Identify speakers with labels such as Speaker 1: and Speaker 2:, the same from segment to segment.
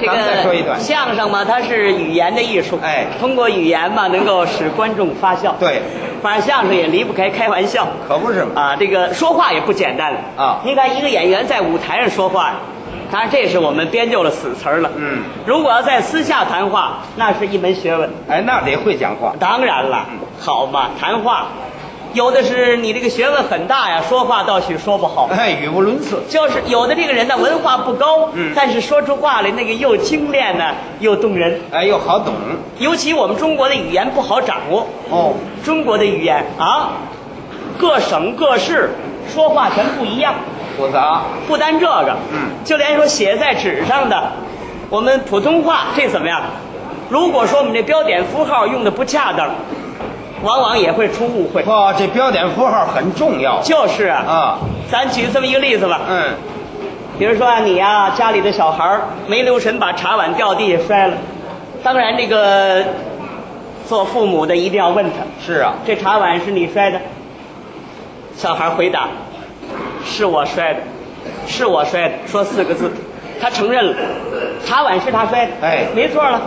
Speaker 1: 这
Speaker 2: 咱们再说一
Speaker 1: 个
Speaker 2: 段
Speaker 1: 相声嘛，它是语言的艺术，
Speaker 2: 哎
Speaker 1: 通过语言嘛，能够使观众发笑。
Speaker 2: 对，
Speaker 1: 反正相声也离不开开玩笑
Speaker 2: 可不是嘛。
Speaker 1: 啊，这个说话也不简单了
Speaker 2: 啊
Speaker 1: 你看一个演员在舞台上说话，当然这是我们编就了死词儿了。
Speaker 2: 嗯，
Speaker 1: 如果要在私下谈话，那是一门学问。
Speaker 2: 哎，那得会讲话。
Speaker 1: 当然了
Speaker 2: 嗯，
Speaker 1: 好嘛，谈话，有的是你这个学问很大呀，说话倒许说不好。
Speaker 2: 哎，语无伦次。
Speaker 1: 就是有的这个人呢，文化不高，
Speaker 2: 嗯
Speaker 1: 但是说出话来那个又精炼呢，又动人。
Speaker 2: 哎，又好懂。
Speaker 1: 尤其我们中国的语言不好掌握，
Speaker 2: 哦，
Speaker 1: 中国的语言啊，各省各市说话全不一样。
Speaker 2: 复杂。
Speaker 1: 不单这个，
Speaker 2: 嗯
Speaker 1: 就连说写在纸上的，我们普通话这怎么样？如果说我们这标点符号用的不恰当，往往也会出误会。
Speaker 2: 哇，这标点符号很重要。
Speaker 1: 就是啊，
Speaker 2: 啊，
Speaker 1: 咱举这么一个例子吧，
Speaker 2: 嗯，
Speaker 1: 比如说啊，你呀、家里的小孩儿没留神把茶碗掉地下摔了，当然这个做父母的一定要问他，
Speaker 2: 是啊。
Speaker 1: 这茶碗是你摔的？小孩回答：“是我摔的，是我摔的。”说四个字，他承认了，茶碗是他摔的，
Speaker 2: 哎
Speaker 1: 没错了。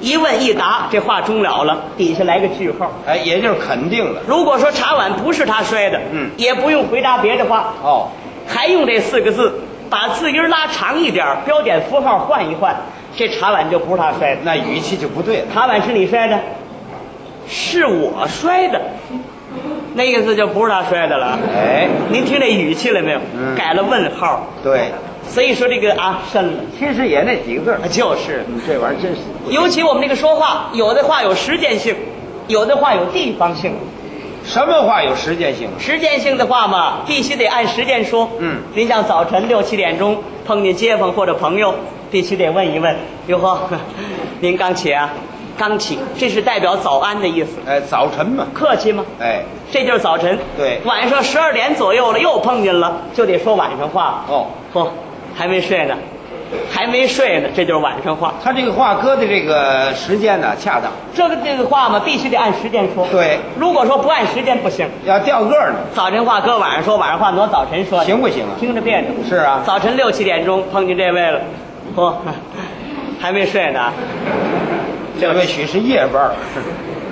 Speaker 1: 一问一答，这话终了了，底下来个句号。
Speaker 2: 哎，也就是肯定了。
Speaker 1: 如果说茶碗不是他摔的，
Speaker 2: 嗯
Speaker 1: 也不用回答别的话，
Speaker 2: 哦，
Speaker 1: 还用这四个字，把字音儿拉长一点儿，标点符号换一换，这茶碗就不是他摔的。
Speaker 2: 那语气就不对了。
Speaker 1: 茶碗是你摔的？是我摔的，那意思就不是他摔的了。
Speaker 2: 哎，
Speaker 1: 您听这语气了没有？
Speaker 2: 嗯
Speaker 1: 改了问号，
Speaker 2: 对，
Speaker 1: 所以说这个啊深了，
Speaker 2: 其实也那几个字儿。
Speaker 1: 啊就是。
Speaker 2: 你这玩意儿真是。
Speaker 1: 尤其我们这个说话，有的话有时间性，有的话有地方性。
Speaker 2: 什么话有时间性？
Speaker 1: 时间性的话嘛，必须得按时间说。
Speaker 2: 嗯
Speaker 1: 您像早晨六七点钟碰见街坊或者朋友，必须得问一问：“哟呵， 您刚起啊？”刚起，这是代表早安的意思，
Speaker 2: 哎，早晨嘛。
Speaker 1: 客气吗？
Speaker 2: 哎，
Speaker 1: 这就是早晨。
Speaker 2: 对
Speaker 1: 晚上十二点左右了，又碰见了，就得说晚上话。
Speaker 2: 哦，
Speaker 1: 嚯、还没睡呢，还没睡呢，这就是晚上话。
Speaker 2: 他这个话搁的这个时间呢恰当，
Speaker 1: 这个这个话嘛，必须得按时间说。
Speaker 2: 对
Speaker 1: 如果说不按时间不行。
Speaker 2: 要掉个儿呢，
Speaker 1: 早晨话搁晚上说，晚上话挪早晨说，
Speaker 2: 行不行啊？
Speaker 1: 听着别扭。
Speaker 2: 是啊，
Speaker 1: 早晨六七点钟碰见这位了，嚯、还没睡呢。
Speaker 2: 这位许是夜班儿，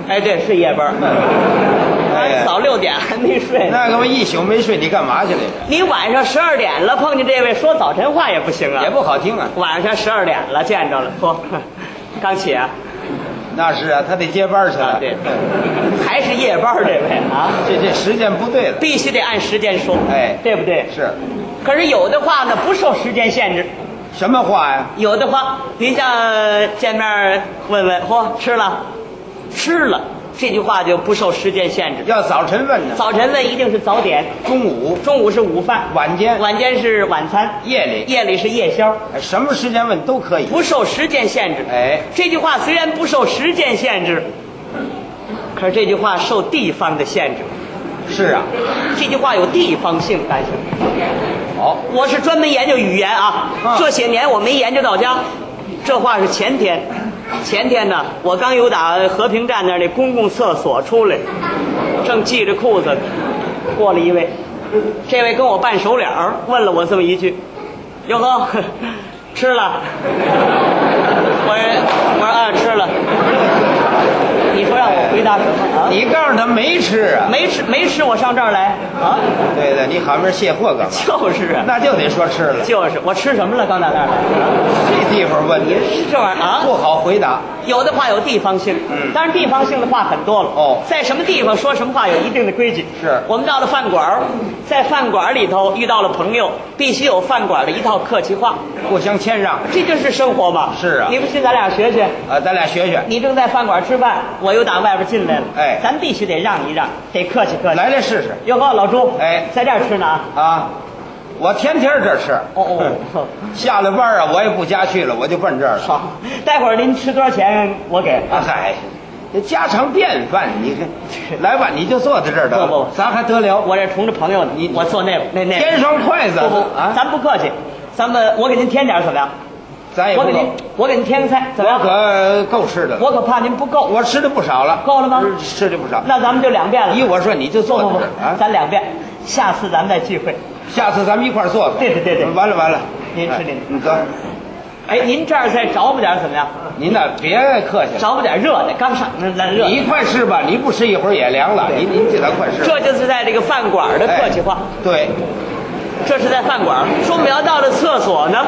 Speaker 1: 哎，对，是夜班儿，
Speaker 2: 哎呀
Speaker 1: 早六点还没睡呢。
Speaker 2: 那个嘛一宿没睡，你干嘛去了？
Speaker 1: 你晚上十二点了碰见这位说早晨话也不行啊，
Speaker 2: 也不好听啊。
Speaker 1: 晚上十二点了，见着了，嚯，刚起啊，
Speaker 2: 那是啊，他得接班儿去
Speaker 1: 啊
Speaker 2: 了。
Speaker 1: 对，还是夜班儿这位啊，
Speaker 2: 这这时间不对了。
Speaker 1: 必须得按时间说，
Speaker 2: 哎
Speaker 1: 对不对？
Speaker 2: 是，
Speaker 1: 可是有的话呢，不受时间限制，
Speaker 2: 什么话呀？
Speaker 1: 有的话，您像呃见面问问，嚯，吃了，吃了，这句话就不受时间限制。
Speaker 2: 要早晨问呢，
Speaker 1: 早晨问一定是早点，
Speaker 2: 中午、
Speaker 1: 中午是午饭，
Speaker 2: 晚间、
Speaker 1: 晚间是晚餐，
Speaker 2: 夜里，
Speaker 1: 夜里是夜宵，
Speaker 2: 哎什么时间问都可以。
Speaker 1: 不受时间限制。
Speaker 2: 哎，
Speaker 1: 这句话虽然不受时间限制，可是这句话受地方的限制。
Speaker 2: 是啊，
Speaker 1: 这句话有地方性感情。
Speaker 2: 好，
Speaker 1: 我是专门研究语言啊，
Speaker 2: 啊
Speaker 1: 这些年我没研究到家。这话是前天，前天呢，我刚由打和平站那儿那公共厕所出来，正系着裤子，过了一位，这位跟我扮熟脸儿，问了我这么一句：“哟呵， 吃了？”我说：“我说啊，吃了。”你说让我回答什么啊？
Speaker 2: 你告诉他没吃啊？
Speaker 1: 没吃没吃，我上这儿来啊？
Speaker 2: 对的，你喊门卸货干嘛？
Speaker 1: 就是啊，
Speaker 2: 那就得说吃了。
Speaker 1: 就是我吃什么了？刚打那儿来，
Speaker 2: 这地方问您
Speaker 1: 是这玩意儿啊
Speaker 2: 不？好回答。
Speaker 1: 有的话有地方性，
Speaker 2: 嗯
Speaker 1: 当然地方性的话很多了。
Speaker 2: 哦
Speaker 1: 在什么地方说什么话有一定的规矩。
Speaker 2: 是
Speaker 1: 我们到了饭馆儿，在饭馆儿里头遇到了朋友，必须有饭馆儿的一套客气话，
Speaker 2: 互相谦让
Speaker 1: 这就是生活嘛。
Speaker 2: 是啊
Speaker 1: 你不信咱俩学学？
Speaker 2: 啊，咱俩学学。
Speaker 1: 你正在饭馆儿吃饭，我又打外边进来了，
Speaker 2: 哎
Speaker 1: 咱必须得让一让，得客气客气。
Speaker 2: 来来试试
Speaker 1: 哟呵，老朱，
Speaker 2: 哎
Speaker 1: 在这儿吃呢啊。
Speaker 2: 啊！我天天这吃。
Speaker 1: 哦哦。
Speaker 2: 下了班啊，我也不家去了，我就奔这儿了。
Speaker 1: 好，待会儿您吃多少钱我给。
Speaker 2: 啊嗨，这家常便饭，你 看，来吧，你就坐在这儿得了。
Speaker 1: 不不不
Speaker 2: 咱还得了？
Speaker 1: 我这同着朋友呢，
Speaker 2: 你
Speaker 1: 我坐那边那那
Speaker 2: 添双筷子
Speaker 1: 不不
Speaker 2: 啊，
Speaker 1: 咱不客气，咱们我给您添点儿怎么样？
Speaker 2: 咱也
Speaker 1: 我
Speaker 2: 哎不
Speaker 1: 给您
Speaker 2: 够，
Speaker 1: 我给您添个菜怎么样？
Speaker 2: 可够吃的了。
Speaker 1: 我可怕您不够，
Speaker 2: 我吃的不少了，嗯
Speaker 1: 够了吗？
Speaker 2: 吃的不少。
Speaker 1: 那咱们就两遍了。
Speaker 2: 依我说，你就
Speaker 1: 不
Speaker 2: 坐
Speaker 1: 不
Speaker 2: 在
Speaker 1: 不
Speaker 2: 这儿啊。
Speaker 1: 咱两遍，下次咱们再聚会。
Speaker 2: 下次咱们一块儿坐坐。嗯
Speaker 1: 对对对对
Speaker 2: 完了完了，
Speaker 1: 您吃
Speaker 2: 哎
Speaker 1: 您的
Speaker 2: 你得。
Speaker 1: 哎，您这儿再着吧点儿怎么样？
Speaker 2: 您呢别客气
Speaker 1: 嗯
Speaker 2: 了，
Speaker 1: 着吧点儿热的，刚上那那热的。
Speaker 2: 你快吃吧，你不吃一会儿也凉了。您您尽量快吃。
Speaker 1: 这就是在这个饭馆的客气话，
Speaker 2: 哎对，哎
Speaker 1: 这是在饭馆。说我们要到了厕所呢，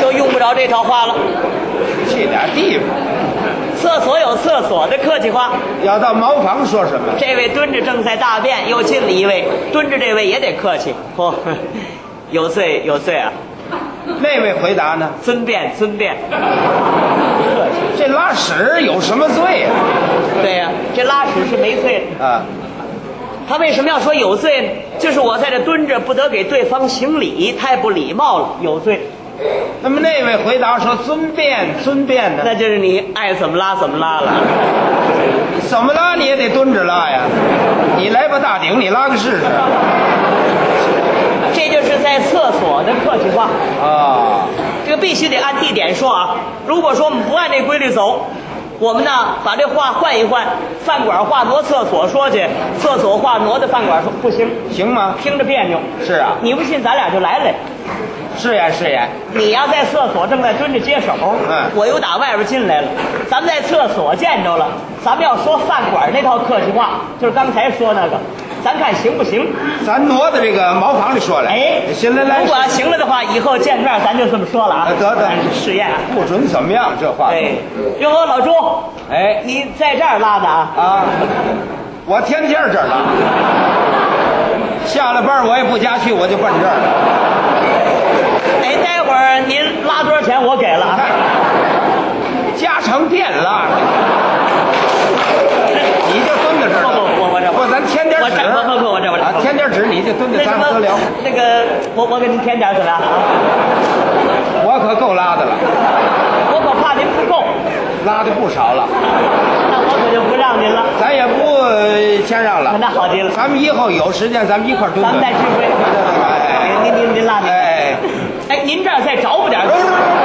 Speaker 1: 就用不着这套话了。
Speaker 2: 这点地方，
Speaker 1: 厕所有厕所的客气话。
Speaker 2: 要到茅房说什么？
Speaker 1: 这位蹲着正在大便，又进了一位，蹲着这位也得客气。嚯、有罪有罪啊！
Speaker 2: 那位回答呢？
Speaker 1: 尊便尊便，
Speaker 2: 这拉屎有什么罪啊？
Speaker 1: 对呀、这拉屎是没罪的。
Speaker 2: 啊，
Speaker 1: 他为什么要说有罪呢？就是我在这蹲着，不得给对方行礼，太不礼貌了，有罪。
Speaker 2: 那么那位回答说尊便尊便
Speaker 1: 那
Speaker 2: 呢？
Speaker 1: 就是你爱怎么拉怎么拉了。
Speaker 2: 怎么拉你也得蹲着拉呀。你来吧大顶，你拉个试试。
Speaker 1: 这就是在厕所的客气话，
Speaker 2: 啊，
Speaker 1: 这个必须得按地点说啊。如果说我们不按这规律走，我们呢把这话换一换，饭馆话挪厕所说去，厕所话挪到饭馆说，不行，
Speaker 2: 行吗？
Speaker 1: 听着别扭。
Speaker 2: 是啊，
Speaker 1: 你不信，咱俩就来来。
Speaker 2: 是呀是呀，
Speaker 1: 你呀，在厕所正在蹲着接手，
Speaker 2: 嗯
Speaker 1: 我又打外边进来了，咱们在厕所见着了，咱们要说饭馆那套客气话，就是刚才说那个，咱看行不行？
Speaker 2: 咱挪到这个茅房里说来。
Speaker 1: 哎，
Speaker 2: 行来来
Speaker 1: 如，果要行了的话，以后见面咱就这么说了啊
Speaker 2: 哎。得得
Speaker 1: 咱试验啊。
Speaker 2: 不准怎么样这话。
Speaker 1: 哎，哟，老朱，
Speaker 2: 哎
Speaker 1: 你在这儿拉的啊？
Speaker 2: 啊，我天天这儿拉，下了班我也不家去，我就奔这儿了。
Speaker 1: 哎，待会儿您拉多少钱我给了啊。
Speaker 2: 家常便拉， 你就蹲在这儿了。
Speaker 1: 不不我我这
Speaker 2: 不，咱天天
Speaker 1: 我
Speaker 2: 指
Speaker 1: 这不不不我这我这
Speaker 2: 啊天天指你就蹲
Speaker 1: 那
Speaker 2: 着，
Speaker 1: 什
Speaker 2: 咱喝
Speaker 1: 么
Speaker 2: 聊。，
Speaker 1: 那个我我给您添点儿怎么样啊？
Speaker 2: 我可够拉的了，
Speaker 1: 我可怕您不够，
Speaker 2: 拉的不少了，
Speaker 1: 那我可就不让您了。
Speaker 2: 咱也不呃谦让了。
Speaker 1: 那好极了
Speaker 2: 咱们以后有时间咱们一块儿蹲
Speaker 1: 咱们
Speaker 2: 蹲
Speaker 1: 再。聚会。
Speaker 2: 哎
Speaker 1: 您您您您拉您。
Speaker 2: 哎哎
Speaker 1: 哎，您这儿再找补点儿。
Speaker 2: 哎